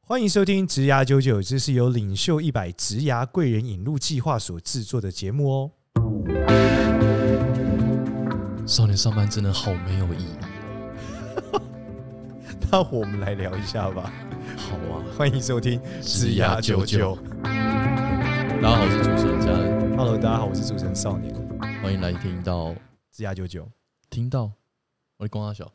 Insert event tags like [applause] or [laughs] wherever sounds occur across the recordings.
欢迎收听《职涯九九》，这是由领袖一百职涯贵人引路计划所制作的节目哦。少年上班真的好没有意义，那我们来聊一下吧。好啊！欢迎收听《职涯九九》。大家好，我是主持人家人， Hello，大家好，我是主持人少年。欢迎来听到职涯九九，听到我的光阿小，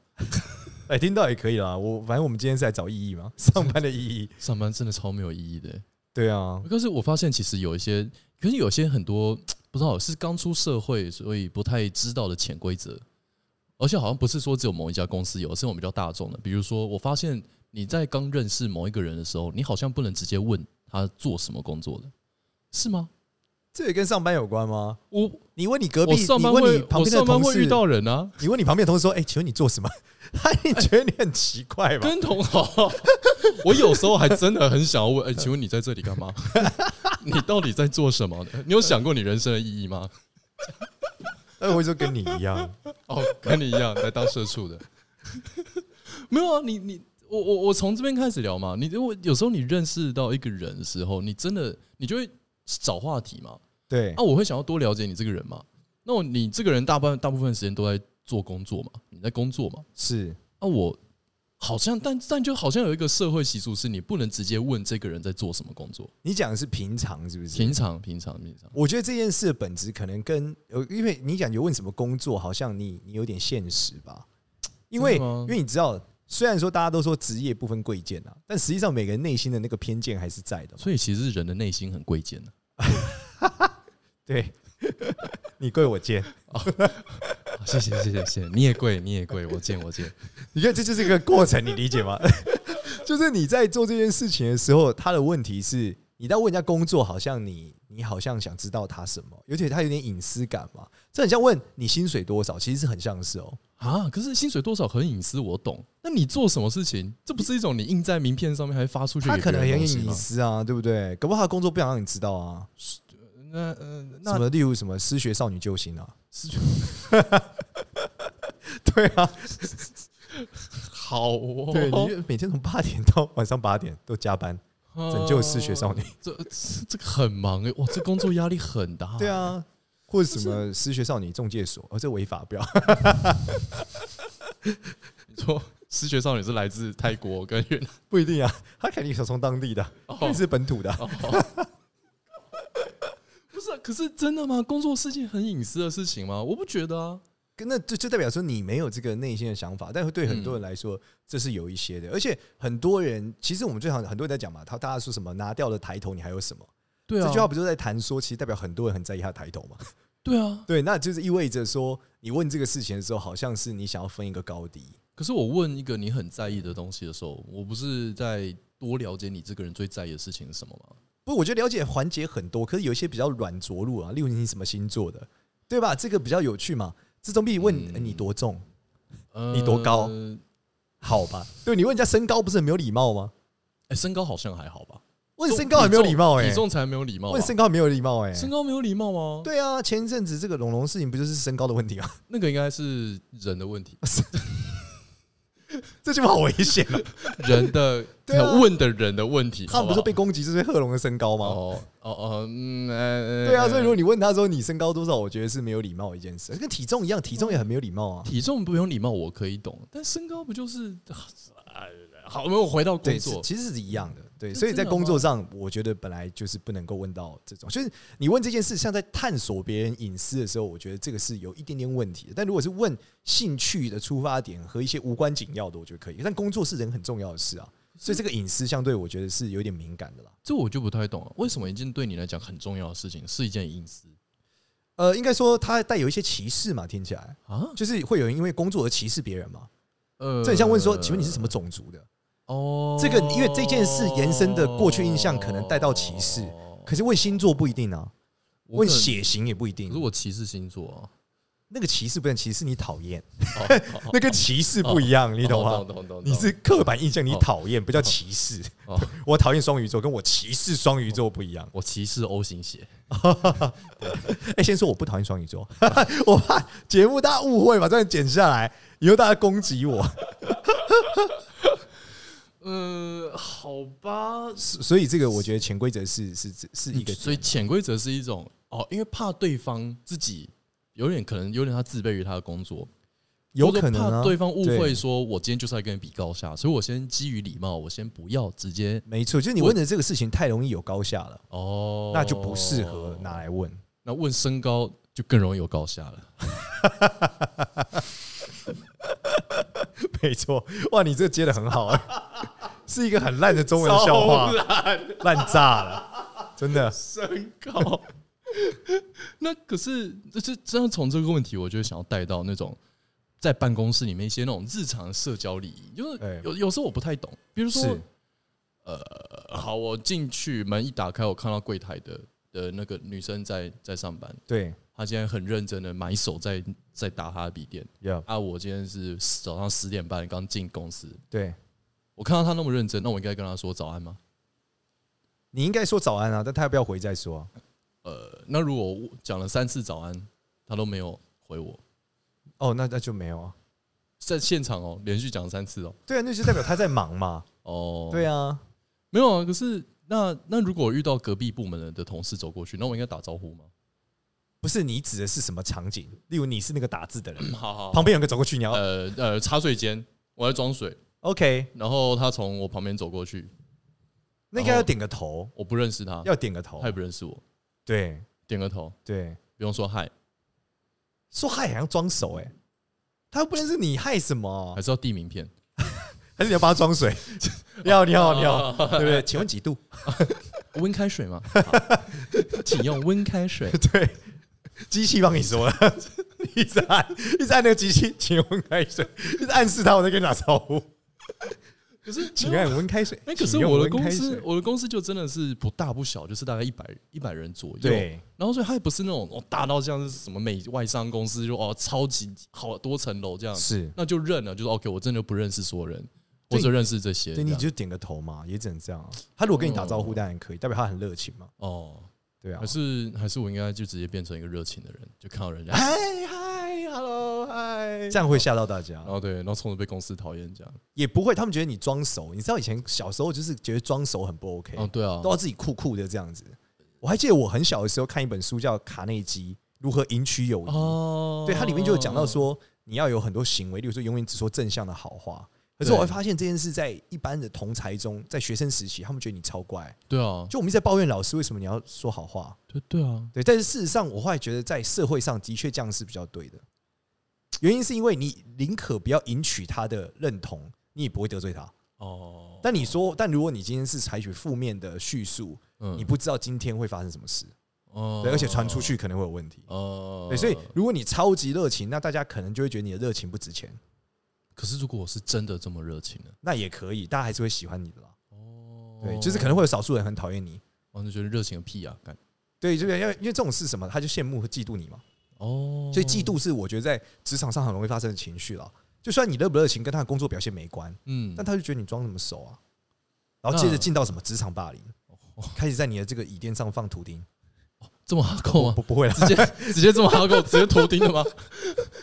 哎，听到也可以啦。我反正我们今天是来找意义嘛， [laughs] 上班的意义。上班真的超没有意义的。对啊，可是我发现其实有一些，可是有些很多不知道是刚出社会，所以不太知道的潜规则，而且好像不是说只有某一家公司有，是我们比较大众的。比如说，我发现你在刚认识某一个人的时候，你好像不能直接问他做什么工作的，是吗？这也跟上班有关吗？我你问你隔壁，我上你班问你会旁我边的上班同会事，遇到人啊，你问你旁边的同事说：“哎，请问你做什么？” [laughs] 他一定觉得你很奇怪吧？ [laughs] 跟同行，我有时候还真的很想要问，哎、请问你在这里干嘛？ [laughs] 你到底在做什么？你有想过你人生的意义吗？哎，我就说跟你一样。 [laughs] 哦，跟你一样来当社畜的，没有啊？你你我我我从这边开始聊嘛。你我有时候你认识到一个人的时候，你真的你就会找话题嘛。对啊，我会想要多了解你这个人嘛。那我你这个人大半大部分时间都在做工作嘛，你在工作嘛。是啊，我好像但但就好像有一个社会习俗是你不能直接问这个人在做什么工作。你讲的是平常是不是？平常平常平常，我觉得这件事的本质可能跟呃，因为你讲有问什么工作，好像你你有点现实吧？因为真的吗因为你知道，虽然说大家都说职业不分贵贱啊，但实际上每个人内心的那个偏见还是在 [laughs] 的嘛。所以其实人的内心很贵贱啊 [laughs] 的、对， [laughs] 你贵我贱，啊谢谢谢谢谢谢，你也贵你也贵，我见我见。你看这就是一个过程，你理解吗？ [laughs] 就是你在做这件事情的时候，他的问题是你在问人家工作，好像你你好像想知道他什么，而且他有点隐私感嘛。这很像问你薪水多少，其实是很像是哦、 [laughs] 啊，可是薪水多少很隐私，我懂。那你做什么事情？这不是一种你印在名片上面还发出去他给可别能人很的有东西隐吗？私啊，对不对？搞不好他的工作不想让你知道啊。那呃，什那么，例如什么失学少女救星啊，对啊，好哦，对，你就每天从八点到晚上八点都加班， [laughs] 啊拯救失学少女，这这这个很忙哎、哇，这工作压力很大、对，啊，或者什么失学少女中介所，哦，这违法，不要。 [laughs] 你说失学少女是来自泰国跟越南，不一定啊，他肯定是从当地的，哦肯定是本土的啊。 [laughs] 不是、啊？可是真的吗？工作是件很隐私的事情吗？我不觉得啊。那就就代表说你没有这个内心的想法，但是对很多人来嗯说，这是有一些的。而且很多人，其实我们最常很多人在讲嘛，他大家说什么拿掉了抬头，你还有什么？对啊，这句话不就在谈说，其实代表很多人很在意他的抬头嘛？对啊。对，那就是意味着说，你问这个事情的时候，好像是你想要分一个高低。可是我问一个你很在意的东西的时候，我不是在多了解你这个人最在意的事情是什么吗？不，我觉得了解环节很多，可是有一些比较软着陆啊，例如你什么星座的，对吧？这个比较有趣嘛。这总比问、嗯呃你多重呃你多高好吧？对你问人家身高不是很没有礼貌吗？哎、身高好像还好吧？问身高很没有礼貌哎、体重哦才没有礼貌吧。啊问身高很没有礼貌哎、身高没有礼貌吗？，对啊，前一阵子这个龙龙事情不就是身高的问题吗？ [laughs] 那个应该是人的问题，这句话好危险 [laughs] 啊！人的对啊问的人的问题。他们不是好被不攻击就是贺龙的身高吗？好哦哦哦，嗯，呃对啊，所以如果你问他说你身高多少，我觉得是没有礼貌的一件事，跟体重一样，体重也很没有礼貌啊。体重不用礼貌，我可以懂，但身高不就是？哎好，我们回到工对，是作，其实是一样的。对，这所以在真的工作上，我觉得本来就是不能够问到这种，就是你问这件事，像在探索别人隐私的时候，我觉得这个是有一点点问题的。但如果是问兴趣的出发点和一些无关紧要的，我觉得可以。但工作是人很重要的事啊，所以这个隐私相对我觉得是有点敏感的啦。这我就不太懂了。为什么一件对你来讲很重要的事情是一件隐私呃，应该说它带有一些歧视嘛，听起来啊？就是会有人因为工作而歧视别人嘛。呃这很像问说，请问你是什么种族的？哦，这个因为这件事延伸的过去印象可能带到歧视可是问星座不一定啊，我问可能，血型也不一可定是。我歧视星座啊。那个歧视不能歧视你讨厌，哦好好 [laughs] 那跟歧视不一样，你懂哦吗？懂懂懂懂你是刻板印象，你哦讨厌不叫歧视。哦， [laughs] 我讨厌双鱼座，跟我歧视双鱼座不一样。我歧视 O 型血。哎，先说我不讨厌双鱼座， [laughs] 我怕节目大家误会，把这段剪下来，以后大家攻击我。呃，好吧，所所以这个我觉得潜规则是是是是一个，所以潜规则是一种哦，因为怕对方自己有点可能有点他自卑于他的工作，有或者可能啊怕对方误会，说我今天就是来跟你比高下，所以我先基于礼貌，我先不要直接没错，就是你问的这个事情太容易有高下了，哦，那就不适合拿来问。 [laughs] 那问身高就更容易有高下了。没错，哇，你这个接的很好、啊， [laughs] 是一个很烂的中文笑 [laughs] 话，啊烂炸了，真的。身啊高。 [laughs] 那可是，这这真的从这个问题，我就想要带到那种在办公室里面一些那种日常的社交礼仪，就哎是有有时候我不太懂，比如说是，呃，好，我进去门一打开，我看到柜台的的那个女生在在上班，对她今天很认真的埋手在在打她的笔电，Yeah，啊，我今天是早上十点半刚进公司，对，我看到她那么认真，那我应该跟她说早安吗？你应该说早安啊，但他要不要回再说啊、呃，那如果我讲了三次早安，她都没有回我，哦，那那就没有啊。在现场哦，连续讲三次哦。对啊，那就代表他在忙嘛。 [laughs] 哦，对啊，啊，没有啊。可是那那如果遇到隔壁部门的同事走过去，那我应该打招呼吗？不是你指的是什么场景？例如你是那个打字的人，嗯好好旁边有个走过去，你要、呃呃，茶水间我在装水， OK，然后他从我旁边走过去，那应该要点个头，我不认识他，要点个头他。也不认识我，对点个头，对，不用说嗨，说嗨好像装熟哎、他又不认识你，嗨什么还？是要递名片。还是你要帮他装水？ [laughs] 你好，你好，你好，啊对不 [laughs] 对？请问几度？ [laughs] 温开水吗？好请用温开水。对，机器帮你说了， [laughs] 一直按，一直按那个机器，请温开水，一直暗示他我在跟你打招呼，可是请按温开水。哎，可是请用我的温公开司水，我的公司就真的是不大不小，就是大概一百一百人左右。对然后所以它也不是那种哦大到像是什么美外商公司就哦超级好多层楼这样，是，那就认了，就是哦 OK，我真的不认识所有人，我对只认识这些。对，你这样就点个头嘛，也只能这样啊。他如果跟你打招呼，哦当然可以，代表他很热情嘛。哦，对啊还，是还是我应该就直接变成一个热情的人，就看到人家，嗨 [laughs] 嗨，hello 嗨，哦这样会吓到大家然，后对，然后从此被公司讨厌这样。也不会，他们觉得你装熟。你知道以前小时候就是觉得装熟很不 OK，哦，对啊都，要自己酷酷的这样子。我还记得我很小的时候看一本书叫《卡内基如何赢取友谊》，哦，对，它里面就有讲到说，你要有很多行为，例如说永远只说正向的好话。可是对我会发现这件事在一般的同才中，在学生时期，他们觉得你超怪。对啊，就我们一直在抱怨老师为什么你要说好话，对对啊，对。但是事实上，我后来觉得在社会上的确这样是比较对的。原因是因为你宁可不要赢取他的认同，你也不会得罪他。哦，但你说，但如果你今天是采取负面的叙述，嗯你不知道今天会发生什么事，哦对，而且传出去可能会有问题。哦，对，所以如果你超级热情，那大家可能就会觉得你的热情不值钱。可是如果我是真的这么热情呢？那也可以，大家还是会喜欢你的啦。哦，对，就是可能会有少数人很讨厌你。我就觉得热情个屁啊，干对，这个因为因为这种是什么，他就羡慕和嫉妒你嘛。哦，所以嫉妒是我觉得在职场上很容易发生的情绪啦。就算你热不热情，跟他的工作表现没关，嗯，但他就觉得你装什么熟啊。然后接着进到什么职场霸凌，哦开始在你的这个椅垫上放图钉，这么哈扣吗？不不会啦，直接直接这么哈扣，直接头 [laughs] 钉的吗？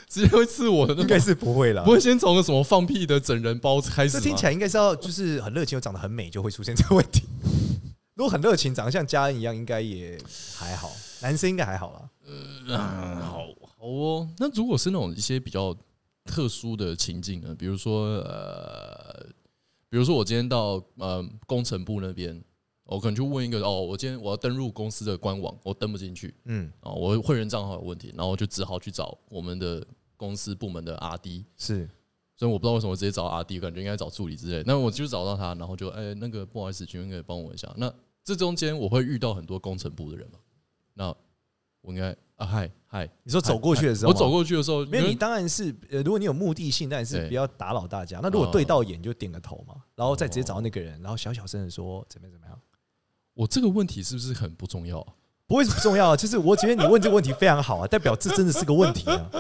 直接会刺我的那应种？该是不会啦 [laughs] 不。会先从个什么放屁的整人包开始这吗？听起来应该是要就是很热情又长得很美就会出现这个问题。 [laughs] 如果很热情，长得像佳恩一样，应该也还好，男生应该还好啦。嗯，好好哦。那如果是那种一些比较特殊的情境呢？比如说呃，比如说我今天到呃工程部那边，我可能就问一个哦，我今天我要登入公司的官网，我登不进去嗯，啊、哦，我会员账号有问题，然后我就只好去找我们的公司部门的 R D。是所以我不知道为什么我直接找阿弟，感觉应该找助理之类。那我就找到他，然后就哎、那个不好意思，请问可以帮我一下？那这中间我会遇到很多工程部的人嘛？那我应该啊，嗨嗨，你说走过去的时候我吗，走过去的时候，没有，因你为当然是呃，如果你有目的性，当然是对哦不要打扰大家。那如果对到眼，就点个头嘛，然后再直接找到那个人，然后小小声的说怎么样怎么样，我这个问题是不是很不重要、啊？不会不重要啊。就是我觉得你问这个问题非常好啊，代表这真的是个问 [laughs] 题啊。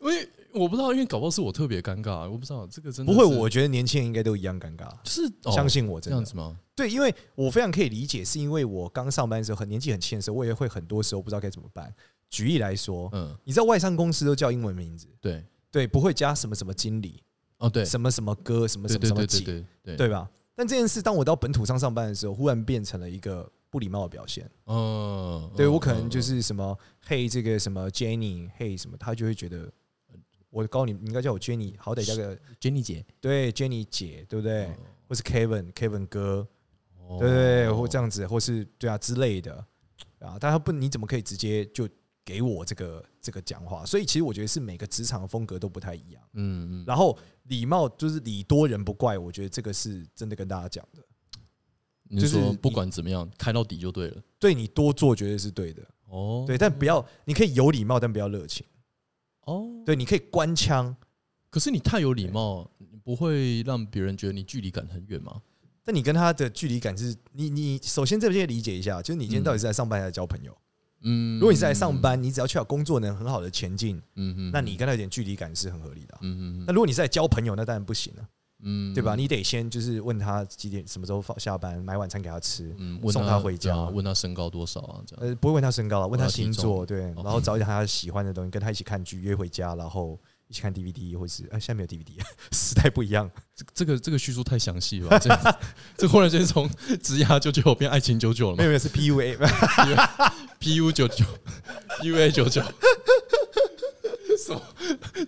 因为我不知道，因为搞不好是我特别尴尬，我不知道这个真的不会，是我觉得年轻人应该都一样尴尬，就是、哦、相信我，这真样的子吗？对，因为我非常可以理解，是因为我刚上班的时候，很年纪很轻的时候，我也会很多时候不知道该怎么办。举例来说，嗯，你知道外商公司都叫英文名字，对，对，不会加什么什么经理，哦对，什么什么哥，什么对什么对什对么对姐，对对对吧？但这件事，当我到本土上上班的时候，忽然变成了一个不礼貌的表现。嗯，对嗯我可能嗯就是什么嘿这个什么 Jenny 嘿什么，他就会觉得我告诉你，你应该叫我 Jenny，好歹叫个 Jenny 姐，对 Jenny 姐，对不对？或是 Kevin Kevin 哥，哦对对，或这样子，或是对啊之类的啊。但他不，你怎么可以直接就给我这个这个讲话？所以其实我觉得是每个职场的风格都不太一样。嗯嗯，然后礼貌就是礼多人不怪，我觉得这个是真的跟大家讲的。你就是说是不你管怎么样，开到底就对了。对你多做绝对是对的，哦，对，但不要，你可以有礼貌，但不要热情。哦，对，你可以官腔，可是你太有礼貌，你不会让别人觉得你距离感很远吗？但你跟他的距离感是，你你首先这边理解一下，就是你今天嗯到底是在上班还是在交朋友？嗯，如果你是在上，班，你只要确保工作能很好的前进，嗯嗯，那你跟他有点距离感是很合理的啊、嗯，嗯那嗯如果你是在交朋友，那当然不行了、啊嗯，对吧？你得先就是问他几点、什么时候放下班，买晚餐给他吃，嗯，问送他他回对啊家问他身高多少啊？这样，呃，不会问他身高了，问他问他体星座，对，哦然后找一点他喜欢的东西，跟他一起看剧，约回家，然后一起看 DVD，或是呃，现在没有 DVD，时 [laughs] 代不一样，这这个这个叙述太详细了 [laughs] 吧，这这忽然间从职涯九九变爱情九九 [laughs] 了没嘛有没有是 PUA， ？PU 九九，PUA [laughs] 九九，什么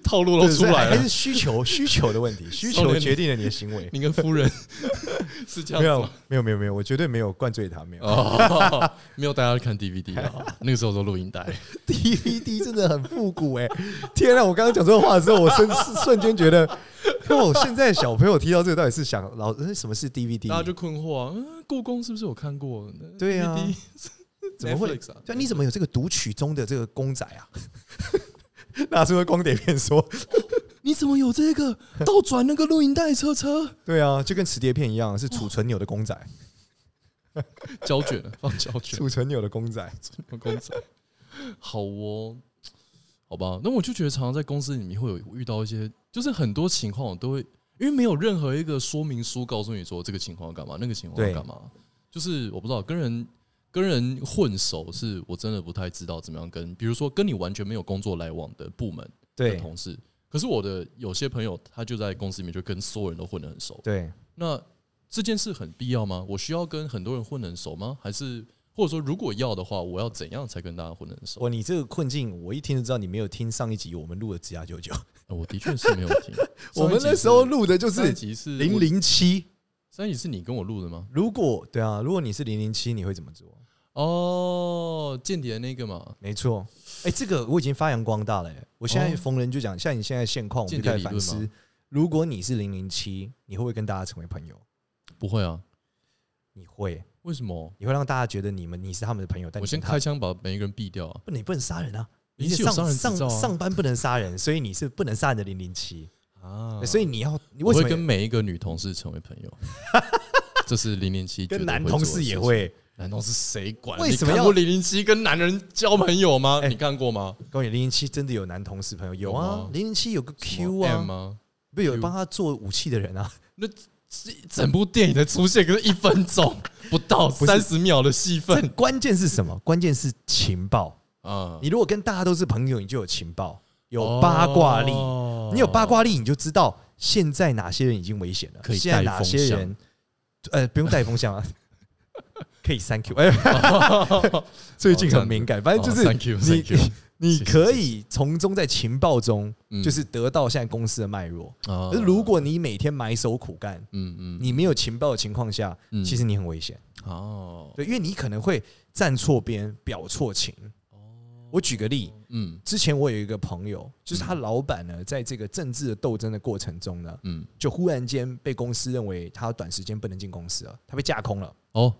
套路都出所以来还了是？需求需求的问题， [laughs] 需少求年决定了你的行为。你跟 [laughs] 夫人是这样没子有吗？没有没有没有，我绝对没有灌醉他，没有。哦， [laughs] 没有大家看 DVD 啊，那个时候都录音嗯带。 DVD 真的很复古哎、天啊！我刚刚讲这个话的时候，我瞬瞬间觉得，哦，现在小朋友提到这个到底是想老呃什么是大家就 DVD？困惑啊，嗯故宫是不是有看过？那对啊 DVD [laughs] 怎么会 Netflix 啊？对，你怎么有这个读取中的这个公仔啊？ [laughs] 拿出了光碟片说，你怎么有这个倒转那个录音带 [laughs] 车车？对啊，就跟磁碟片一样，是储存钮的公仔，胶卷啊放胶卷，储存钮的公仔。公仔，好哦，好吧。那我就觉得常常在公司里面会有遇到一些，就是很多情况我都会，因为没有任何一个说明书告诉你说这个情况要干嘛，那个情况要对干嘛，就是我不知道跟人。跟人混熟是我真的不太知道怎么样跟，比如说跟你完全没有工作来往的部门，的对同事。可是我的有些朋友，他就在公司里面就跟所有人都混得很熟。对，那这件事很必要吗？我需要跟很多人混得很熟吗？还是或者说，如果要的话，我要怎样才跟大家混得很熟？哇，你这个困境，我一听就知道你没有听上一集我们录的《指甲九九》，呃我的确是没有听。 [laughs] 我们那时候录的就就是集是零，零七。上一集是你跟我录的吗？如果对啊，如果你是零零七，你会怎么做？哦，间谍那个嘛，没错，哎、这个我已经发扬光大了、欸。我现在哦逢人就讲，像你现在现况，我们就间谍开理始反论思吗：如果你是零零七，你会不会跟大家成为朋友？不会啊？你会，为什么？你会让大家觉得你们你是他们的朋友，但我你先跟他开枪把每一个人毙掉啊！不，你不能杀人啊！你零七有上杀人执上照啊上班不能杀人，所以你是不能杀人的零零七，啊所以你要你我为什会么跟每一个女同事成为朋 [laughs] 友。这是零零七，跟男同事也会？难道是谁管？为什么你要看过零零七跟男人交朋友吗？哎你看过吗？跟你零零七真的有男同事朋友有啊有吗，零零七有个 Q 什么 M 啊，吗？不有 Q 帮他做武器的人 [laughs] 啊，这整部电影的出现可是一 [laughs] 分钟不到不是三十秒的戏份关键是什么？关键是情报。啊！你如果跟大家都是朋友，你就有情报，有八卦力。哦你有八卦力，你就知道现在哪些人已经危险了，可以现在带哪风些向人，呃，不用带风向啊，可以 thank [laughs] you。哎，最近很敏感，反哎正就哦是，Thank you，你 Thank you， [laughs] 你谢谢可以从中在情报中，嗯就是得到现在公司的脉络。啊可是如果你每天埋首苦干，嗯嗯你没有情报的情况下，嗯其实你很危险。哦对，因为你可能会站错边，表错情。哦我举个例，嗯之前我有一个朋友，就是他老板呢，在这个政治的斗争的过程中呢，嗯就忽然间被公司认为他短时间不能进公司了，他被架空了。哦，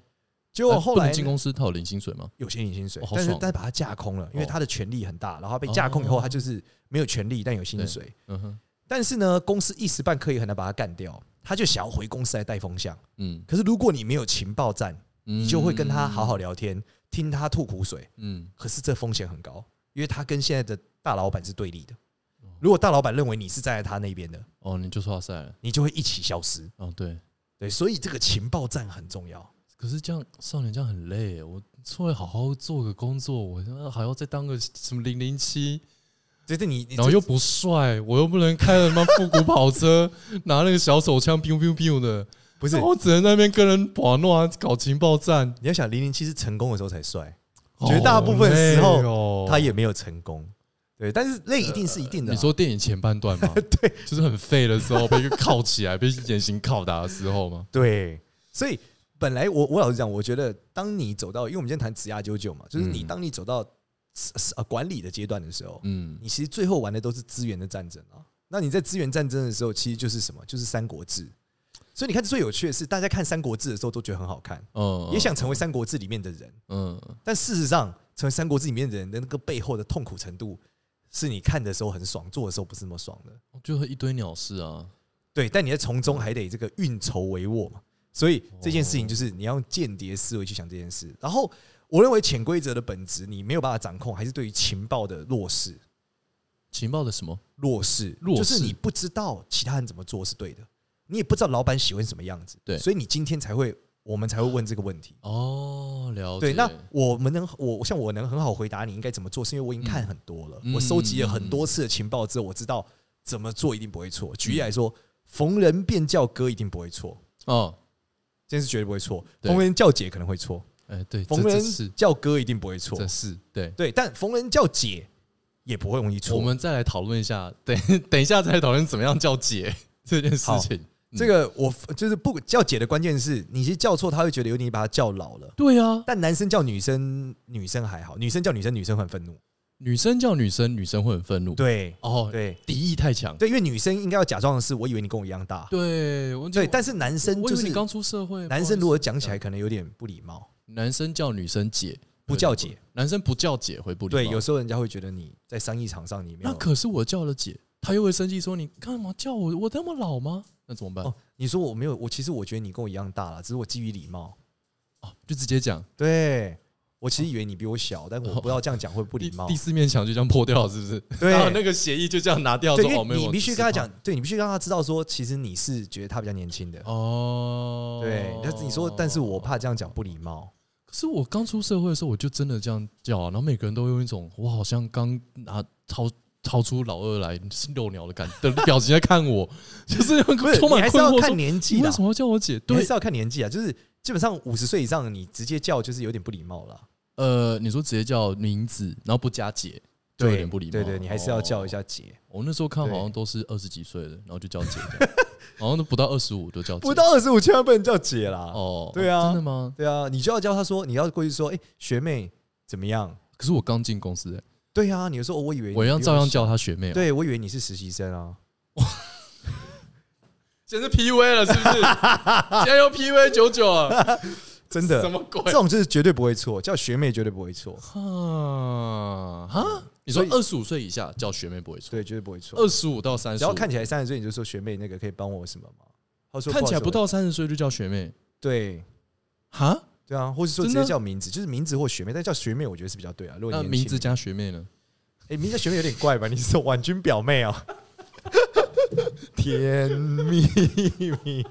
结果哎后不来能呢进公司他有领薪水吗？有些领薪水哦，好但是爽但是把他架空了，因为哦他的权力很大，然后他被架空以后，哦他就是没有权力但有薪水。嗯哼但是呢，公司一时半刻也很难把他干掉，他就想要回公司来带风向。嗯，可是如果你没有情报站，你你就会跟他好好聊天，听他吐苦水。嗯可是这风险很高，因为他跟现在的大老板是对立的。如果大老板认为你是站在他那边的，哦，你就刷赛了你就会一起消失。哦，对。对，所以这个情报站很重要。可是这样，少年这样很累耶。我出来好好做个工作，我现在还要再当个什么零零七，就是你，你然后又不 [laughs] 帅，我又不能开了他妈复古跑车，拿那个小手枪 biu biu biu 的，不是然后只能在那边跟人把弄啊，搞情报战。你要想零零七是成功的时候才帅，绝大部分时候候他也没有成功。对，但是累一定是一定的啊、哦呃你说电影前半 [laughs] 段吗？对，就是很废的时候，被一个铐起来，被严刑拷打的时 [laughs] 候吗？对，所以本来我我老实讲，我觉得当你走到，因为我们今天谈职涯九九嘛，就是你嗯当你走到呃管理的阶段的时候，嗯，你其实最后玩的都是资源的战争啊。那你在资源战争的时候，其实就是什么？就是《三国志》。所以你看，最有趣的是，大家看《三国志》的时候都觉得很好看，嗯也想成为《三国志》里面的人，嗯，但事实上，成为《三国志》里面的人的那个背后的痛苦程度，是你看的时候很爽，做的时候不是那么爽的。哦就一堆鸟事啊。对，但你在从中还得这个运筹帷幄嘛。所以这件事情就是你要用间谍思维去想这件事。然后我认为潜规则的本质你没有办法掌控，还是对于情报的弱势，情报的什么？弱势，弱就是势你不知道其他人怎么做是对的，你也不知道老板喜欢什么样子，对所以你今天才会我们才会问这个问题。哦，了解。对，那我们能我像我能很好回答你应该怎么做，是因为我已经看很多了，嗯我收集了很多次的情报之后，我知道怎么做一定不会嗯错。举例来说，逢人便叫哥一定不会错，哦，这件事绝对不会错。对逢人叫姐可能会错，哎，对，这逢这人是叫哥一定不会错这，是对。对，但逢人叫姐也不会容易错。我们再来讨论一下，等 [laughs] 等一下再来讨论怎么样叫姐 [laughs] 这件事好情。嗯这个我就是不叫姐的关键是，你其实叫错，他会觉得有点把他叫老了。对啊，但男生叫女生，女生还好；女生叫女生，女生很愤怒。女生叫女生，女生会很愤怒。，对，哦，对，敌意太强。对，因为女生应该要假装的是，我以为你跟我一样大。对，我对，就但是男生我以就为是你刚出社会，男生，如不好果讲起来可能有点不礼貌，意思男生叫女生姐，不叫姐。男生不叫姐会不礼貌。对，有时候人家会觉得你在商议场上你没那有。可是我叫了姐，她又会生气说你干嘛叫我？我那么老吗？那怎么办？哦，你说我没有，我其实我觉得你跟我一样大了，只是我基于礼貌。哦，就直接讲对，我其实以为你比我小，但我不知道这样讲会不礼貌第。第四面墙就这样破掉了，是不是？对然后 [laughs] 那个协议就这样拿掉，对，说因哦，没为有，你我必须只是跟他怕讲，对你必须让他知道说，其实你是觉得他比较年轻的。哦，对，但是你说，但是我怕这样讲不礼貌。可是我刚出社会的时候，我就真的这样叫、啊，然后每个人都会用一种我好像刚拿掏掏出老二来是漏鸟的感的表情在看我， [laughs] 就是很不是， [laughs] 充你满还是困要惑看说。年纪你的为什，么要叫我姐？你还对是，要看年纪啊。就是基本上五十岁以上，你直接叫就是有点不礼貌了。呃，你说直接叫名字，然后不加姐，就有对点不礼貌。对对，你还是要叫一下姐。哦。我那时候看好像都是二十几岁的，然后就叫姐这样， [laughs] 好像都不到二十五就叫姐。不到二十五千万不能叫姐啦。哦，对啊真的吗？对啊，你就要叫她说，你要过去说，哎、学妹怎么样？可是我刚进公司、欸，对啊，你就说、哦我以为你我一样比照样小叫她学妹、哦。对，我以为你是实习生啊。现在是 PUA 了，是 [laughs] 不是？现在又 PUA 九九了，真的，什么鬼这？种就是绝对不会错，叫学妹绝对不会错，啊哈！你所说以二十五岁以下叫学妹不会错，对，绝对不会错。二十五到三只十，要看起来三十岁，你就说学妹那个可以帮我什么吗？她说看起来好意思不我到三十岁就叫学妹，对哈？对啊，或是说直真接的叫名字，就是名字或学妹，但叫学妹我觉得是比较对啊。如果那你名字叫加学妹呢？哎，名字叫学妹有点怪吧？你是婉君表妹啊？ [laughs] 甜蜜蜜，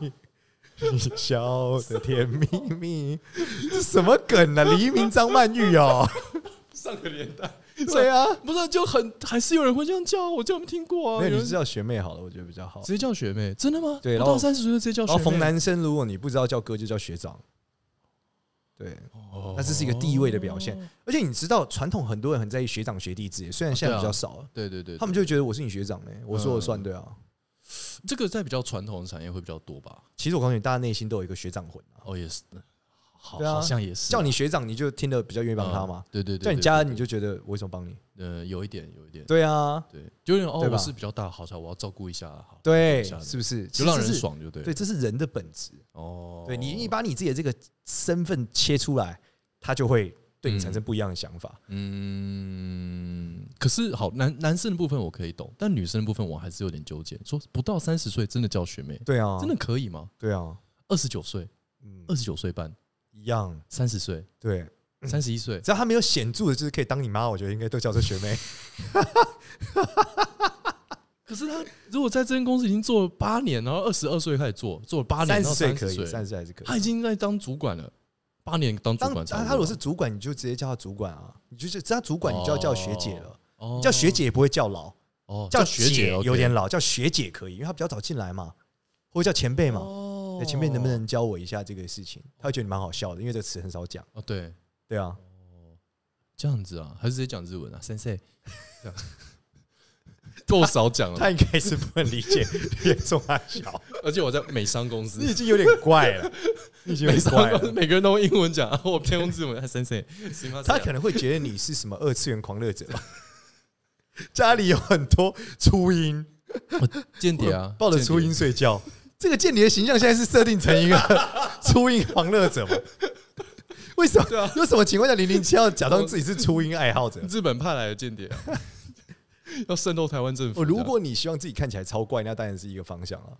你笑得甜蜜蜜，这什么梗啊？黎明、张曼玉 [laughs] 哦，上个年代对啊，不是就很还是有人会这样叫啊，我就没听过啊。没有，你有人就直叫学妹好了，我觉得比较好。接叫学妹，真的吗？对不然后到三十岁就直接叫然后学逢妹，男生，如果你不知道叫哥，就叫学长。对，哦那这是一个地位的表现。而且你知道，传统很多人很在意学长学弟制，虽然现在啊对比啊较少了，对对对，他们就会觉得我是你学长呢，我说了算，嗯对啊。这个在比较传统的产业会比较多吧？其实我告诉你，大家内心都有一个学长魂啊。哦，也是，好，对啊好像也是啊叫你学长，你就听得比较愿意帮他嘛嗯？对对对，叫你对家对人，你就觉得我为什么帮你？呃有一点有一点，对啊，对，就有点哦对，吧我是比较大，好像我要照顾一下，啊好，对，下是不是？就让人其实是。爽就对了。对，这是人的本质。哦，对你，你把你自己的这个身份切出来，他就会对你产生不一样的想法。嗯，可是好男男生的部分我可以懂，但女生的部分我还是有点纠结。说不到三十岁真的叫学妹，对啊，真的，可以吗？对啊，二十九岁，嗯二，十九岁半，一样，三十岁，对。三十一岁，只要他没有显著的，就是可以当你妈，我觉得应该都叫做学妹。可是他如果在这间公司已经做了八年，然后二十二岁开始做，做了八年三到十岁可30哦以，三十岁还是可以。他已经在当主管了，八年当主当管差不多他了，他如果是主管，你就直接叫他主管啊，你就是叫他主管，你就要叫学姐了。哦叫学姐也不会叫老，哦叫学姐哦有点老，叫学姐可以，因为她比较早进来嘛，或者叫前辈嘛。哎哦，哦那前辈能不能教我一下这个事情？他会觉得你蛮好笑的，因为这个词很少讲。哦，对，对啊，这样子啊，还是直接讲日文啊，sensei，这样 [laughs] 够少讲了。他应该是不能理解严重大 [laughs] 小，而且我在美商公司你，已经有点怪了，你已经有 [laughs] 美点怪商公司了。每个人都用英文讲，啊我偏用日文啊，sensei，行 [laughs] 吗？ [laughs] 他可能会觉得你是什么二次元狂热者吧？ [laughs] 家里有很多初音，间谍啊，抱着间谍初音睡觉。 [laughs] 这个间谍的形象现在是设定成一 [laughs] 个初音狂热者嘛？为什么？对啊有什么情况下零零七要假装自己是初音爱好 [laughs] 者？日本派来的间谍啊， [laughs] 要渗透台湾政府哦，这样。如果你希望自己看起来超怪，那当然是一个方向啊。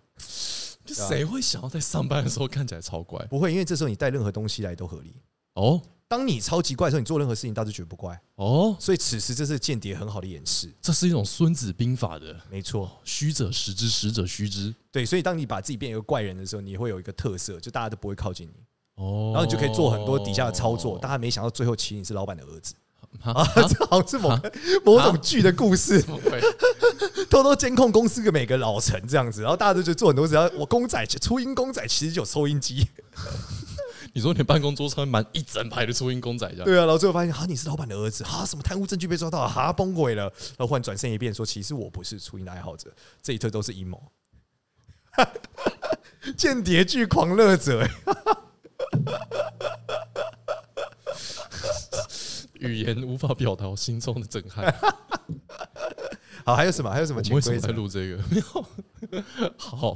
就谁会想要在上班的时候看起来超乖？不会，因为这时候你带任何东西来都合理。哦当你超级怪的时候，你做任何事情大家就觉得不怪。哦，所以此时这是间谍很好的掩饰。这是一种《孙子兵法》的没错， “虚者实之，实者虚之对，所以当你把自己变成一个怪人的时候，你会有一个特色，就大家都不会靠近你，”。哦，然后你就可以做很多底下的操 [laughs] 作。大家没想到最后其实你是老板的儿子，哈啊，这好像是某个某啊种剧的故事，怎么会？偷偷监控公司的每个老陈这样子，然后大家都觉得做很多事。然后我公仔初音公仔其实就有收音机，你说你办公桌上面满一整排的初音公仔这样？对啊，然后最后发现啊，你是老板的儿子啊，什么贪污证据被抓到了，哈、崩溃了。然后忽然转身一变说，其实我不是初音的爱好者，这一切都是阴谋。 [laughs] 间谍剧狂热者、欸语言无法表达我心中的震 [laughs] 撼。好，还有什么？还有什么我们潜为什规么在则？录这个？没有。 [laughs] 好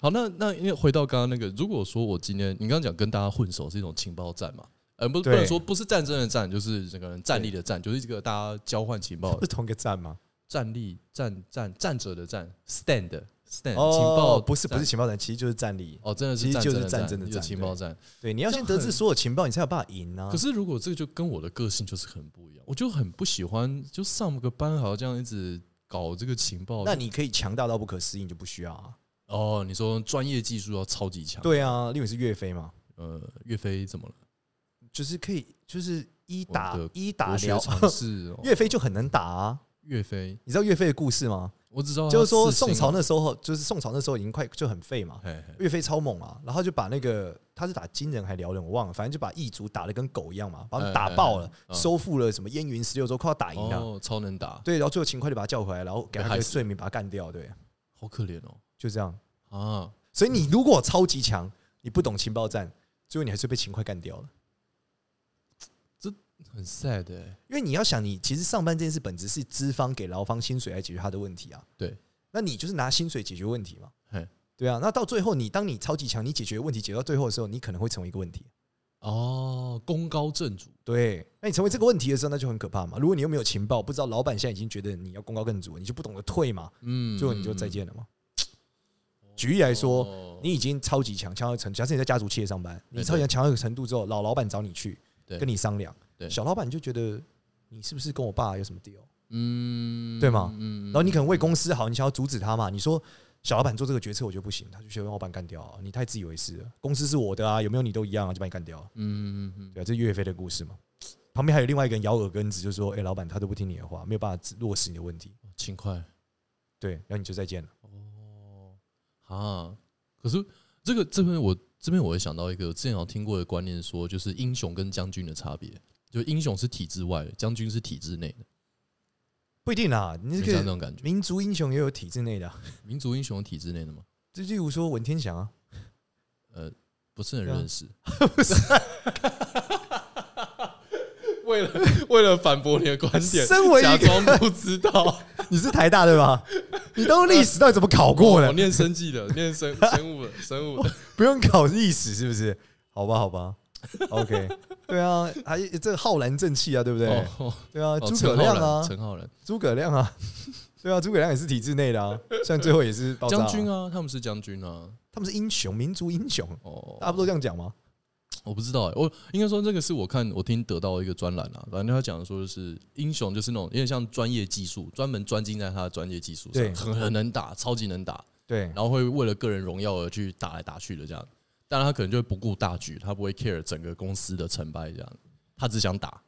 好，那那因为回到刚刚那个，如果说我今天你刚刚讲跟大家混熟是一种情报战嘛？呃，不，不对能说不是战争的战，就是整个人站立的站，就是这个大家交换 [laughs] 情报不是同一个站吗？站立站站站着的站 stand stand 呃情哦报不是不是站情报站，其实就是战力。哦，真的其是实战就是争的战争的就战情对报站。对，你要先得知所有情报，你才有办法赢啊可。是如果这个就跟我的个性就是很不一样，我就很不喜欢就上个班好像这样一直搞这个情报。那你可以强大到不可思议，你就不需要啊。哦，你说专业技术要超级强，对啊，例如你是岳飞嘛，呃，岳飞怎么了？就是可以，就是一我打们的一打国学聊。，常识哦 [laughs] 岳飞就很能打啊，岳飞，你知道岳飞的故事吗？我只知道他就是说刺宋青朝啊，那时候，就是宋朝那时候已经快就很废嘛，嘿嘿岳飞超猛啊，然后就把那个他是打金人还辽人我忘了，反正就把异族打得跟狗一样嘛，把他们打爆了哎，哎哎收复了什么燕云十六州，快要打赢了。哦，超能打，对，然后最后秦桧就把他叫回来，然后给他一被害个死罪名把他干掉，对，好可怜哦就这样。啊！所以你如果超级强，你不懂情报战，最后你还是被秦桧干掉了。很 sad 哎，因为你要想，你其实上班这件事本质是资方给劳方薪水来解决他的问题啊。对，那你就是拿薪水解决问题嘛嘿。对啊，那到最后你当你超级强，你解决问题解决到最后的时候，你可能会成为一个问题。哦，功高震主，对，那你成为这个问题的时候，那就很可怕嘛。如果你又没有情报，不知道老板现在已经觉得你要功高更主，你就不懂得退嘛，嗯，最后你就再见了嘛。举例来说，你已经超级强，强到一个程度，假设你在家族企业上班，你哦对超级强强到一个程度之后，老老板找你去对跟你商量，对小老板就觉得你是不是跟我爸有什么 deal？嗯，对吗嗯，然后你可能为公司好，你想要阻止他嘛？你说小老板做这个决策，我觉得不行，他就觉得老板干掉啊，你太自以为是了。公司是我的啊，有没有你都一样啊，就把你干掉啊。嗯嗯嗯，对啊，这是岳飞的故事嘛。旁边还有另外一个人咬耳根子，就说：“哎、老板，他都不听你的话，没有办法落实你的问题。嗯勤快”对，然后你就再见了。哦啊！可是这个这边我这边我会想到一个之前有听过的观念说就是英雄跟将军的差别，就英雄是体制外的，将军是体制内的，不一定啊，你有这像那个种 [laughs] 感觉。民族英雄也有体制内的、啊，民族英雄有体制内的吗？就例如说文天祥啊，呃，不是很对啊认识。 [laughs] 为了为了反驳你的观点，啊身为一假个装不知道，你是台大对吧？你都历史到底怎么考过我了？哦念生计的， [laughs] 念生生物的，生物的。不用考历史是不是？好吧，好吧，OK，对啊，还这浩然正气啊，对不对？哦，对啊，哦诸葛陈浩亮然啊，陈浩然，诸葛亮啊， [laughs] 对啊，诸葛亮也是体制内的啊，虽然最后也是爆炸将军啊，啊，他们是将军啊。他们是英雄，民族英雄，哦，大家不都这样讲吗？我不知道、欸，我应该说这个是我看我听得到一个专栏啊，反正他讲的说就是英雄就是那种有点像专业技术，专门专精在他的专业技术对上，很很能打，超级能打，对然，后会为了个人荣耀而去打来打去的这样。但他可能就会不顾大局，他不会 care 整个公司的成败这样，他只想打。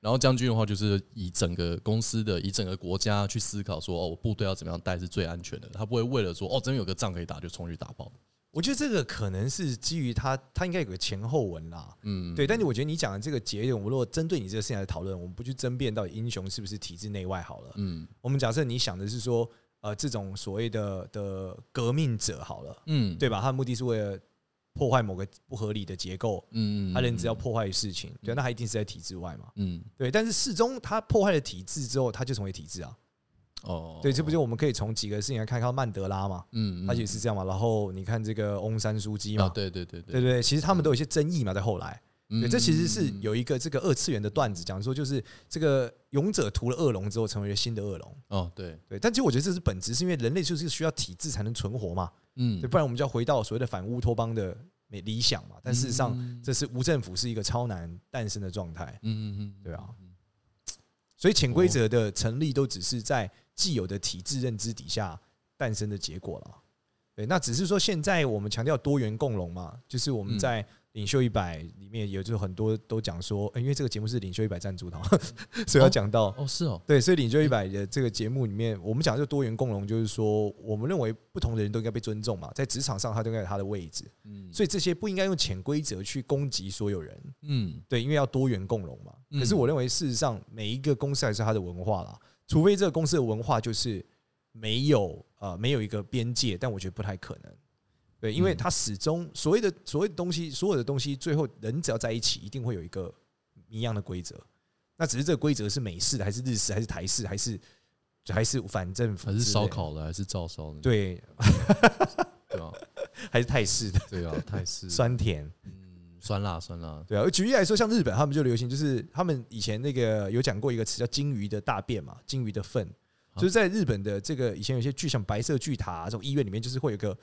然后将军的话就是以整个公司的、以整个国家去思考说，哦，我部队要怎么样带是最安全的。他不会为了说，哦，真的有个仗可以打就冲去打爆。我觉得这个可能是基于他，他应该有个前后文啦。嗯，对，但是我觉得你讲的这个节点，我们如果针对你这个事情来讨论，我们不去争辩到底英雄是不是体制内外好了。嗯我们假设你想的是说，呃，这种所谓的的革命者好了，嗯，对吧？他的目的是为了破坏某个不合理的结构，嗯，嗯，他人只要破坏事情，对，啊那他一定是在体制外嘛。嗯对，但是始终他破坏了体制之后，他就成为体制啊。哦，对，这不就我们可以从几个事情来看，看曼德拉嘛，嗯，他也是这样嘛。然后你看这个翁山书记啊，嘛，对对对嗯对对不对？其实他们都有一些争议嘛，在后来。对对，这其实是嗯有一个这个二次元的段子，讲说就是这个勇者屠了恶龙之后，成为了新的恶龙。哦，对，对，但其实我觉得这是本质，是因为人类就是需要体制才能存活嘛，嗯对，，不然我们就要回到所谓的反乌托邦的美理想嘛。但事实上，嗯这是无政府是一个超难诞生的状态，嗯嗯，对啊。所以潜规哦则的成立都只是在既有的体制认知底下诞生的结果了。对，那只是说现在我们强调多元共荣嘛，就是我们嗯在领袖一百里面，也就是很多都讲说，呃因为这个节目是领袖一百赞助的，哦 [laughs] 所以要讲到哦是哦，对，所以领袖一百的这个节目里面，我们讲的就多元共荣，就是说我们认为不同的人都应该被尊重嘛，在职场上他都应该有他的位置，嗯，所以这些不应该用潜规则去攻击所有人，嗯对，因为要多元共荣嘛。嗯可是我认为事实上每一个公司还是它的文化啦，除非这个公司的文化就是没有呃没有一个边界，但我觉得不太可能。对，因为嗯它始终所谓的所谓的东西，所有的东西最后人只要在一起，一定会有一个一样的规则。那只是这个规则是美式的，还是日式，还是台式，还是还是反政府，还是烧，烤的还是照烧的，对，对啊，还是泰式的对啊，[laughs] 泰式酸甜。嗯酸辣酸辣，对啊，举例来说，像日本他们就流行，就是他们以前那个有讲过一个词叫“鲸鱼的大便”嘛，鲸鱼的粪，啊就是在日本的这个以前有些剧，像白色巨塔、啊这种医院里面，就是会有一个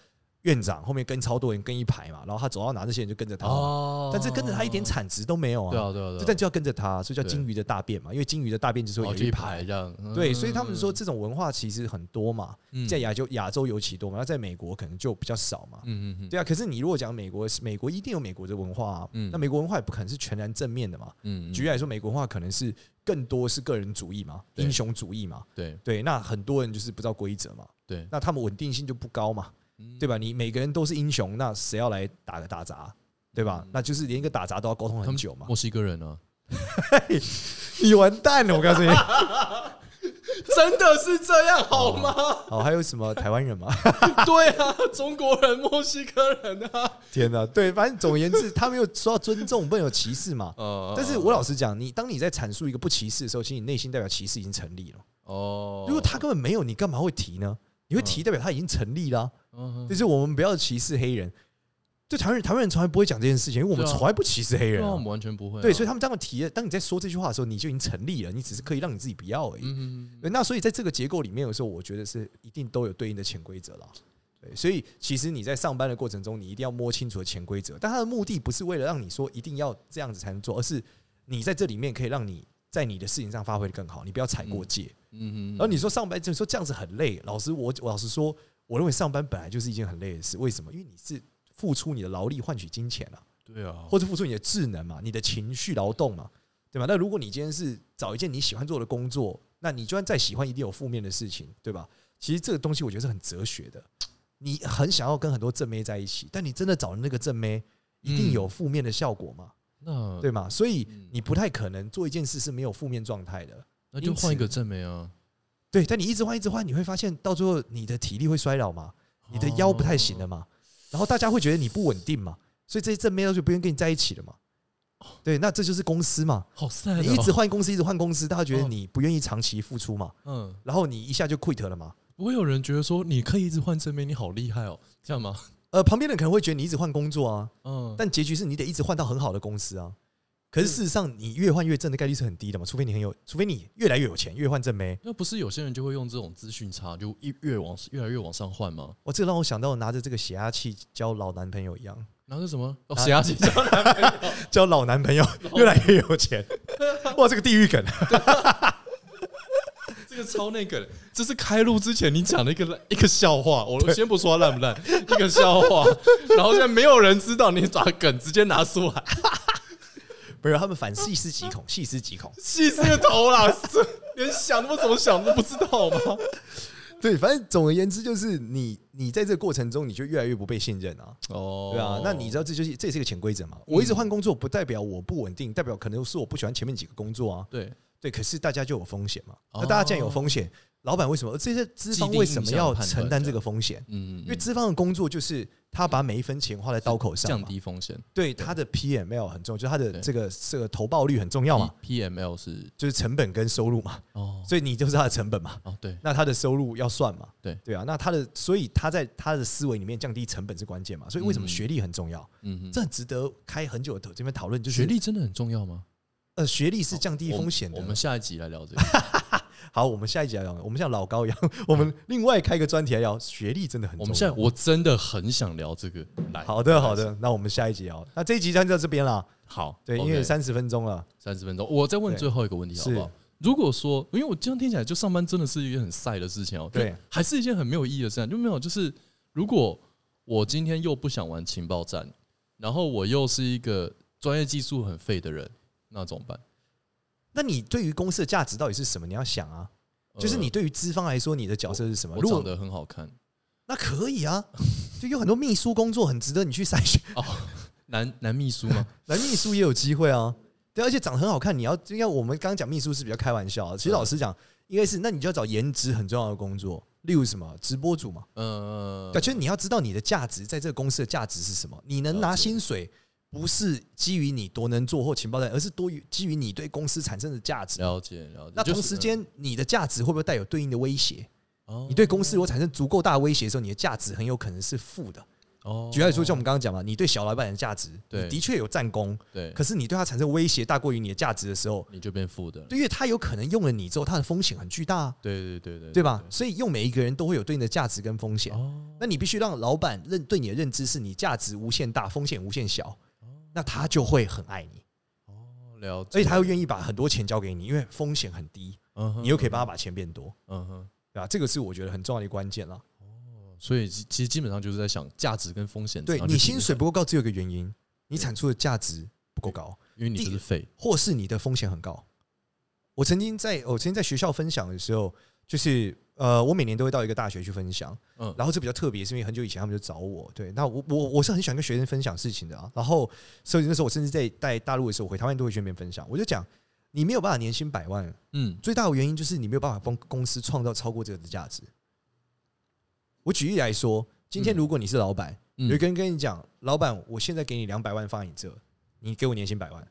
院长后面跟超多人跟一排嘛，然后他走到哪，这些人就跟着他嘛，哦，但是跟着他一点产值都没有对啊，啊对啊对啊，就但就要跟着他，所以叫对鲸鱼的大便嘛，因为鲸鱼的大便就是会哦有就一排。排这样，对，所以他们说这种文化其实很多嘛，嗯在亚洲亚洲尤其多嘛，那在美国可能就比较少嘛。嗯嗯嗯对啊，可是你如果讲美国，美国一定有美国的文化、啊，嗯那美国文化也不可能是全然正面的嘛。嗯，举例来说，美国文化可能是更多是个人主义嘛，对英雄主义嘛，对对，那很多人就是不知道规则嘛，对嗯那他们稳定性就不高嘛，对吧？你每个人都是英雄，那谁要来打个打杂，对吧嗯？那就是连一个打杂都要沟通他很们久嘛，墨西哥 [laughs] 人啊，你 [laughs] 完蛋了，我告诉你。真的是这样好吗？好，哦还有什么台湾人吗？ [laughs] 对啊，中国人、墨西哥人啊，天哪，对，反正总而言之，他们又说到尊重，不能有歧视嘛。呃但是我老实讲，你当你在阐述一个不歧视的时候，其实你内心代表歧视已经成立了。哦，如果他根本没有，你干嘛会提呢？你会提代表他已经成立啦、嗯，就是我们不要歧视黑人。对台湾人，台湾人从来不会讲这件事情，因为我们对啊从来不歧视黑对人啊，啊、我们完全不会啊，对，所以他们当提了，当你在说这句话的时候，你就已经成立了，你只是可以让你自己不要而已。嗯嗯嗯对那所以在这个结构里面的时候，我觉得是一定都有对应的潜规则啦。对，所以其实你在上班的过程中，你一定要摸清楚的潜规则，但它的目的不是为了让你说一定要这样子才能做，而是你在这里面可以让你在你的事情上发挥的更好，你不要踩过界。嗯嗯，然后你说上班，就说这样子很累。老师，我我老实说，我认为上班本来就是一件很累的事。为什么？因为你是付出你的劳力换取金钱啊，对啊，或者付出你的智能嘛，你的情绪劳动嘛，对吧？那如果你今天是找一件你喜欢做的工作，那你就算再喜欢，一定有负面的事情，对吧？其实这个东西我觉得是很哲学的。你很想要跟很多正妹在一起，但你真的找的那个正妹，一定嗯有负面的效果嘛，那对吗？所以嗯你不太可能做一件事是没有负面状态的。那就换一个正妹啊，对，但你一直换一直换，你会发现到最后你的体力会衰老嘛，你的腰不太行啊了哦，嘛，然后大家会觉得你不稳定嘛，所以这些正妹都就不愿意跟你在一起了嘛。对，那这就是公司嘛，好哦 sad，哦你一直换公司，一直换公司，大家觉得哦你不愿意长期付出嘛，嗯，然后你一下就 quit 了嘛。不会有人觉得说你可以一直换正妹，你好厉害哦， [laughs] 这样吗？呃，旁边的人可能会觉得你一直换工作啊，嗯，但结局是你得一直换到很好的公司啊。可是事实上，你越换越正的概率是很低的嘛，除非你很有，除非你越来越有钱，越换正妹。那不是有些人就会用这种资讯差，就一越往越来越往上换吗？我这个让我想到拿着这个血压器交老男朋友一样。然后是什么？哦，啊血压计，交老男朋友，哦越来越有钱。哇，这个地狱梗， [laughs] 这个超那个的，这是开录之前你讲的一个 [laughs] 一个笑话，我先不说它烂不烂， [laughs] 一个笑话， [laughs] 然后现在没有人知道你把梗直接拿出来， [laughs] 不是他们反细思极 [laughs] 恐，细思极恐。 [laughs] 气死个头啦！是连想都不怎么想都不知道吗？对，反正总而言之，就是你你在这个过程中，你就越来越不被信任啊，哦，嗯对啊。那你知道这就是这也是一个潜规则嘛？我一直换工作，不代表我不稳定，代表可能是我不喜欢前面几个工作啊。对对，可是大家就有风险嘛。哦那大家既然有风险，老板为什么呃这些资方既定为什么印象要判断承担这个风险？嗯，因为嗯资方的工作就是他把每一分钱花在刀口上降嘛，低风险对他的 PML 很重要，就是他的对这个这个投报率很重要嘛， ，P M L 是就是成本跟收入嘛，哦所以你就是他的成本嘛，哦对那他的收入要算嘛，对对啊，那他的所以他在他的思维里面降低成本是关键嘛，所以为什么嗯学历很重要？嗯这很值得开很久的这边讨论，就是学历真的很重要吗？呃学历是降低风险的我。们下一集来聊 [laughs] 这个，好，我们下一集来聊，我们像老高一样，我们另外开一个专题来聊学历真的很嗯我重要。们现在我真的很想聊这个，来，好的好的，那我们下一集聊，那这一集就到这边啦，好，对，因为三十分钟了。三十分钟，我再问对最后一个问题好不好是？如果说，因为我这样听起来，就上班真的是一件很晒的事情哦，对，还是一件很没有意义的事情，就没有就是，如果我今天又不想玩情报战，然后我又是一个专业技术很废的人，那怎么办？那你对于公司的价值到底是什么？你要想啊，就是呃你对于资方来说，你的角色是什么？我如长果得很好看，那可以啊， [laughs] 就有很多秘书工作很值得你去筛选， [laughs] 男男秘书吗？男秘书也有机会啊。对，而且长得很好看，你要应该我们刚刚讲秘书是比较开玩笑啊，其实嗯老实讲，应该是那你就要找颜值很重要的工作，例如什么直播主嘛，呃，对，就是你要知道你的价值在这个公司的价值是什么，你能拿了解薪水。不是基于你多能做或情报站，而是多于基于你对公司产生的价值。了解了解。那嗯就是同时，间，你的价值会不会带有对应的威胁？哦你对公司如果产生足够大的威胁的时候，你的价值很有可能是负的。哦举例来说，像我们刚刚讲嘛，你对小老板的价值，对你的确有战功，对，可是你对他产生威胁大过于你的价值的时候，你就变负的，对因为他有可能用了你之后，他的风险很巨大啊，对对对对对吧？？所以用每一个人都会有对应的价值跟风险。哦，那你必须让老板认对你的认知是你价值无限大，风险无限小，那他就会很爱你，哦了解，而且他会愿意把很多钱交给你，因为风险很低，嗯哼你又可以帮他把钱变多，嗯哼。对吧？这个是我觉得很重要的一个关键啦。所以其其实基本上就是在想价值跟风险怎对样去你平衡。薪水不够高，只有一个原因，你产出的价值不够高，因为你第就是废，或是你的风险很高。我曾经在我曾经在学校分享的时候，就是呃，我每年都会到一个大学去分享，嗯然后这比较特别，是因为很久以前他们就找我，对，那我我我是很喜欢跟学生分享事情的啊，然后所以那时候我甚至在在大陆的时候，我回台湾都会去那边分享，我就讲。你没有办法年薪百万，嗯，最大的原因就是你没有办法帮公司创造超过这个的价值。我举例来说，今天嗯如果你是老板，嗯有一个人跟你讲，老板，我现在给你两百万放你这，你给我年薪百万，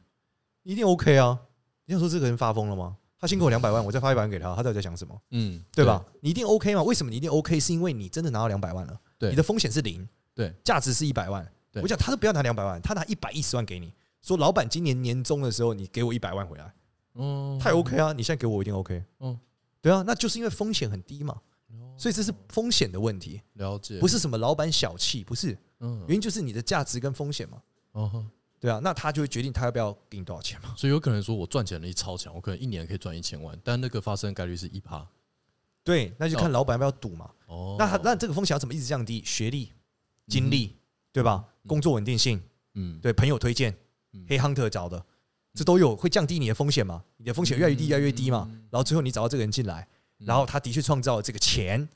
你一定 OK 啊？你想说这个人发疯了吗？他先给我两百万，我再发一百万给他，他到底在想什么？嗯，对吧？？你一定 OK 吗？为什么你一定 OK？是因为你真的拿到两百万了，对你的风险是零，对，价值是一百万。对我讲他都不要拿两百万，他拿一百一十万给你，说老板今年年终的时候你给我一百万回来，嗯，太 OK 啊！你现在给我我一定 OK。嗯哦对啊，那就是因为风险很低嘛，所以这是风险的问题，了解，不是，是什么老板小气，不是，嗯，原因就是你的价值跟风险嘛。哦哼，对啊，那他就会决定他要不要给你多少钱嘛。 [laughs] 所以有可能说我赚钱能力超强，我可能一年可以赚一千万，但那个发生的概率是一趴。对，那就看老板要不要赌嘛。哦，那他那这个风险要怎么一直降低？学历、经历，对吧？嗯工作稳定性，嗯，对朋友推荐嗯，黑 hunter 找的，这都有会降低你的风险嘛？你的风险越来越低，越来越低嘛。然后最后你找到这个人进来，嗯然后他的确创造了这个钱。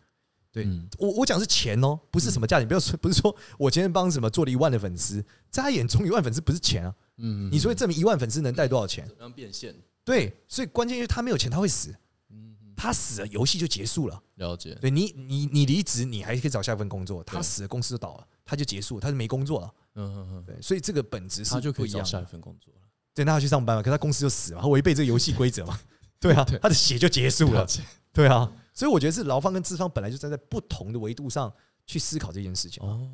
对嗯我我讲的是钱哦，不是什么价值，你不要说不是说我今天帮什么做了一万的粉丝，在他眼中一万粉丝不是钱啊。嗯，你说证明一万粉丝能带多少钱？怎么样变现？对，所以关键就是他没有钱，他会死。嗯，他死了，游戏就结束了。了解，对你，你你离职，你还可以找下一份工作。他死了，公司就倒了，他就结束，他就没工作了。嗯嗯嗯，对，所以这个本质他是就可不以一找样下一的。份工作 [laughs] 了。对，那他去上班嘛，可他公司就死嘛，他违背这个游戏规则 [laughs] 嘛。对啊，他的血就结束了了。解，对啊，所以我觉得是劳方跟资方本来就站在不同的维度上去思考这件 [laughs] 事情。哦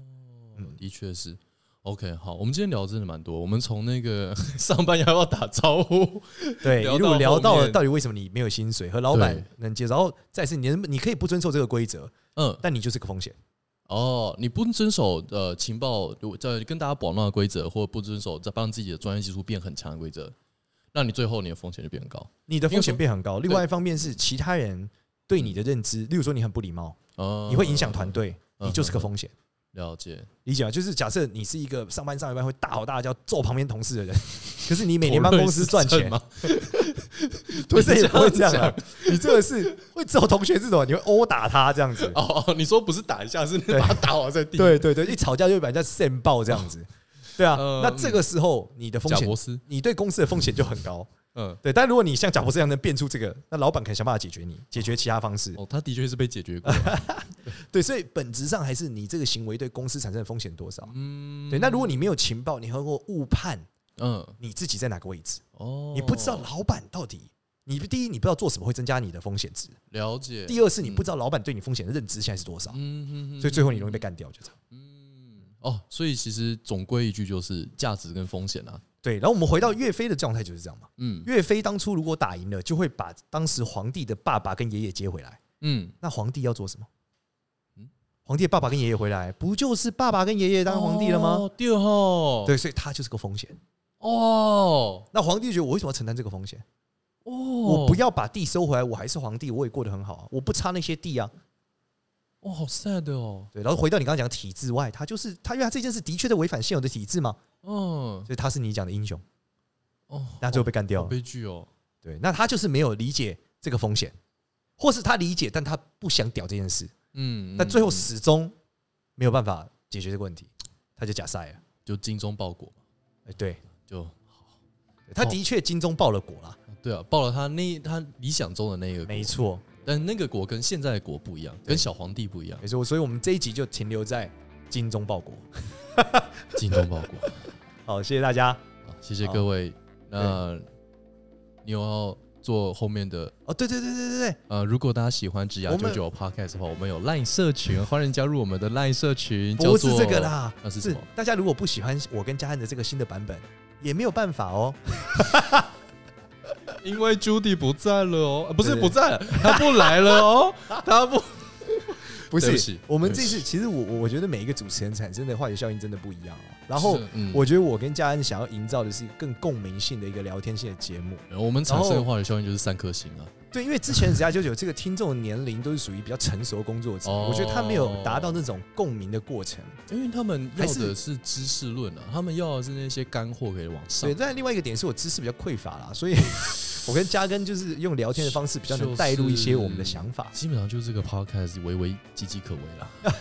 嗯，的确是。OK，好，我们今天聊真的蛮多。我们从那个 [laughs] 上班要不要打招呼，对，聊一路到聊后到了面到底为什么你没有薪水和老板对能接受，然后再是你能你可以不遵守这个规则，嗯，但你就是个风险。哦，你不遵守呃情报，如果在跟大家保障的规则，或不遵守在帮自己的专业技术变很强的规则，那你最后你的风险就变很高。你的风因为险说变很高。另外一方面是其他人对你的认知，例如说你很不礼貌，哦，你会影响团队，嗯你就是个风险。了解，理解吗？就是假设你是一个上班上一班会大吼大叫揍旁边同事的 [laughs] 人，可是你每年帮公司赚钱，吗？不是也不会这样讲啊？你这个是会揍同学这种，你会殴打他这样子。哦哦，你说不是打一下，是你对把他打倒在地。，对对对，一吵架就会把人家扇爆这样子。对啊呃，那这个时候你的风贾险伯，斯，你对公司的风险就很高。嗯，对，但如果你像贾博士一样能变出这个，那老板可能想办法解决你，解决其他方式。哦，他的确是被解决过。对，所以本质上还是你这个行为对公司产生的风险多少。嗯，对，那如果你没有情报，你能够误判嗯，你自己在哪个位置，哦，你不知道老板到底，你第一你不知道做什么会增加你的风险值，了解。第二是你不知道老板对你风险的认知现在是多少，嗯嗯，嗯嗯，所以最后你容易被干掉，就这样。哦，所以其实总归一句就是价值跟风险啊。对，然后我们回到岳飞的状态就是这样嘛。嗯岳飞当初如果打赢了，就会把当时皇帝的爸爸跟爷爷接回来。嗯，那皇帝要做什么嗯？皇帝的爸爸跟爷爷回来，不就是爸爸跟爷爷当皇帝了吗？哦？第二号，对，所以他就是个风险。哦那皇帝觉得我为什么要承担这个风险？哦，我不要把地收回来，我还是皇帝，我也过得很好啊，我不差那些地啊。哦，好 sad 哦，对，然后回到你刚刚讲的体制外，他就是他，因为他这件事的确在违反现有的体制嘛，嗯所以他是你讲的英雄，哦，那最后被干掉好了。悲剧哦，对，那他就是没有理解这个风险，或是他理解，但他不想屌这件事，嗯，但最后嗯始终没有办法解决这个问题，他就假赛了。就精忠报国嘛，哎，对，就哦他的确精忠报了国啦，对啊，报了他那他理想中的那个国没，错，但那个国跟现在的国不一样，跟小皇帝不一样没，错。所以我们这一集就停留在精忠报国。 [laughs] 精忠报国。好，谢谢大家。好，谢谢好各位。那你有要做后面的哦，对对对对对对，呃，如果大家喜欢植牙我九们九 Podcast 的话，我们有 LINE 社群，欢迎加入我们的 LINE 社群。叫不是做这个，啦，那是什么？大家如果不喜欢我跟嘉汉的这个新的版本，也没有办法哦。 [laughs] 因为 Judy 不在了哦，呃不是对对不在了，他不来了哦， [laughs] 他不不对不起我们对不这起次其实我我我觉得每一个主持人产生的化学效应真的不一样哦。然后是嗯我觉得我跟嘉恩想要营造的是更共鸣性的一个聊天性的节目。我们产生的然后化学效应就是三颗星啊。对，因为之前子牙九九这个听众的年龄都是属于比较成熟的工 [laughs] 作者，哦我觉得他没有达到那种共鸣的过程。因为他们还要是的是知识论啊，他们要的是那些干货可以往上对，。但另外一个点是我知识比较匮乏啦， [laughs] 所以我跟嘉根就是用聊天的方式比较能带入一些我们的想法，基本上就是这个 podcast 微微岌岌可危啦。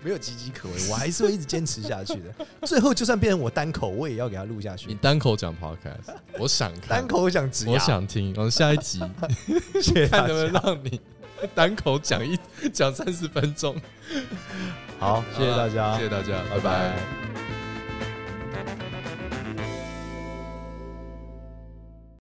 没有岌岌可危，我还是会一直坚持下去的。 [laughs] 最后就算变成我单口，我也要给他录下你去。单口讲 podcast，我想看，单口我想直牙，我想听。我们下一集 [laughs] [laughs] 谢谢看大能不能家。让你单口讲一讲三十分钟。好，谢谢大好家，啦谢谢大家，拜拜拜拜